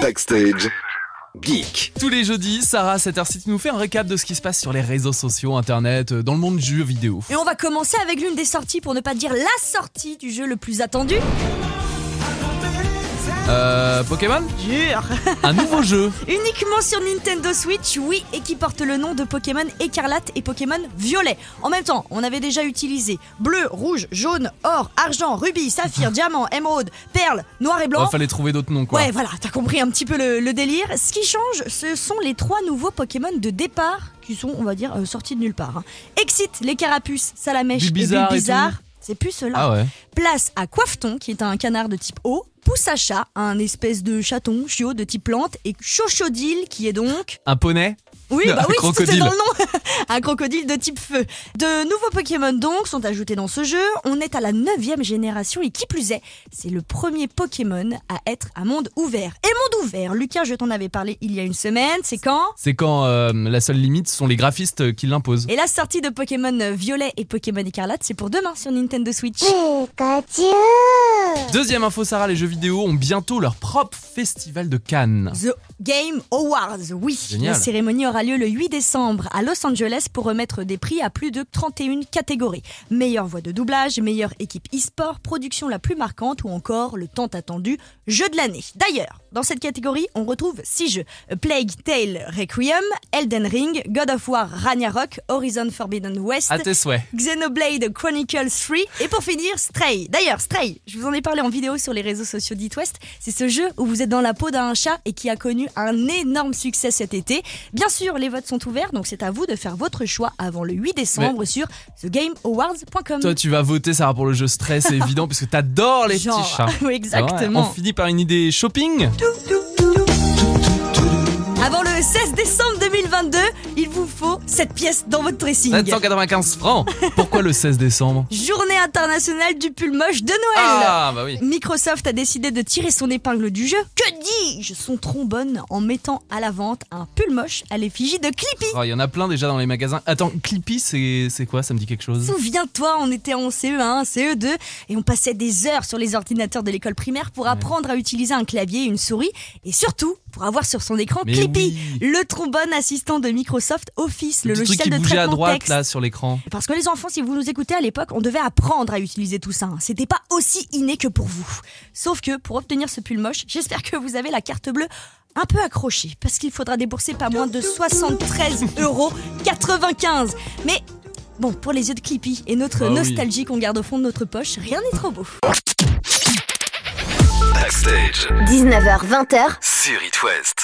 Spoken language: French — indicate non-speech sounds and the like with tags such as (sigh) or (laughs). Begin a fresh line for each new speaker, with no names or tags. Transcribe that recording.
Backstage Geek.
Tous les jeudis, Sarah, à cette heure-ci, tu nous fais un récap de ce qui se passe sur les réseaux sociaux, internet, euh, dans le monde du jeu vidéo.
Et on va commencer avec l'une des sorties, pour ne pas dire la sortie du jeu le plus attendu.
Euh, Pokémon
Jure
Un
(laughs)
nouveau jeu
Uniquement sur Nintendo Switch, oui, et qui porte le nom de Pokémon écarlate et Pokémon violet. En même temps, on avait déjà utilisé bleu, rouge, jaune, or, argent, rubis, saphir, diamant, émeraude, perle, noir et blanc.
Ouais, Oh, Fallait trouver d'autres noms, quoi.
Ouais, voilà, t'as compris un petit peu le, le délire. Ce qui change, ce sont les trois nouveaux Pokémon de départ qui sont, on va dire, euh, sortis de nulle part. hein. Excite, les carapuces, salamèche,
Bulbizarre et
et bizarre.
tout.
C'est plus cela.
Ah ouais
Place à Coiffeton, qui est un canard de type eau. Pousse à chat, un espèce de chaton, chiot de type plante. Et Chochodile, qui est donc.
Un poney
Oui,
Un
bah oui, c'était
crocodile.
dans le nom. (laughs) un crocodile de type feu. De nouveaux Pokémon donc sont ajoutés dans ce jeu. On est à la neuvième génération et qui plus est, c'est le premier Pokémon à être un monde ouvert. Et monde ouvert, Lucas, je t'en avais parlé il y a une semaine, c'est quand
C'est quand euh, la seule limite sont les graphistes euh, qui l'imposent.
Et la sortie de Pokémon Violet et Pokémon Écarlate, c'est pour demain sur Nintendo Switch.
Deuxième info, Sarah, les jeux vidéo ont bientôt leur propre festival de Cannes.
The Game Awards, oui.
Génial.
La cérémonie aura lieu le 8 décembre à Los Angeles pour remettre des prix à plus de 31 catégories. Meilleure voix de doublage, meilleure équipe e-sport, production la plus marquante ou encore le tant attendu jeu de l'année. D'ailleurs, dans cette catégorie, on retrouve six jeux. A Plague Tale Requiem, Elden Ring, God of War Ragnarok, Horizon Forbidden West,
À tes souhaits.
Xenoblade Chronicles 3 et pour finir Stray. D'ailleurs, Stray, je vous en ai parlé en vidéo sur les réseaux sociaux d'It West. C'est ce jeu où vous êtes dans la peau d'un chat et qui a connu un énorme succès cet été. Bien sûr, les votes sont ouverts, donc c'est à vous de faire votre choix avant le 8 décembre sur thegameawards.com.
Toi, tu vas voter, Sarah, pour le jeu Stress,
(laughs)
c'est évident, puisque t'adores les
Genre.
petits chats.
(laughs) Oui,
Ah ouais,
exactement.
On finit par une idée shopping.
Avant le 16 décembre 2022, il vous faut cette pièce dans votre dressing.
795 francs. Pourquoi le 16 décembre
Journée internationale du pull moche de Noël.
Ah, bah oui.
Microsoft a décidé de tirer son épingle du jeu, que dis-je, son trombone en mettant à la vente un pull moche à l'effigie de Clippy.
Ah, Il y en a plein déjà dans les magasins. Attends, Clippy, c'est c'est quoi Ça me dit quelque chose
Souviens-toi, on était en E CE1, CE2 et on passait des heures sur les ordinateurs de l'école primaire pour apprendre à utiliser un clavier et une souris et surtout pour avoir sur son écran
Mais
Clippy,
oui.
le trombone assistant de Microsoft Office, le,
petit truc
logiciel
qui
de
bougeait
traitement
à droite
texte.
là sur l'écran.
Parce que les enfants, si vous nous écoutez à l'époque, on devait apprendre à utiliser tout ça. hein. C'était pas aussi inné que pour vous. Sauf que pour obtenir ce pull moche, j'espère que vous avez la carte bleue un peu accrochée, parce qu'il faudra débourser pas moins de 73,95 euros. Mais bon, pour les yeux de Clippy et notre
Ah oui.
nostalgie qu'on garde au fond de notre poche, rien n'est trop beau.
Backstage
19h20h
sur It West.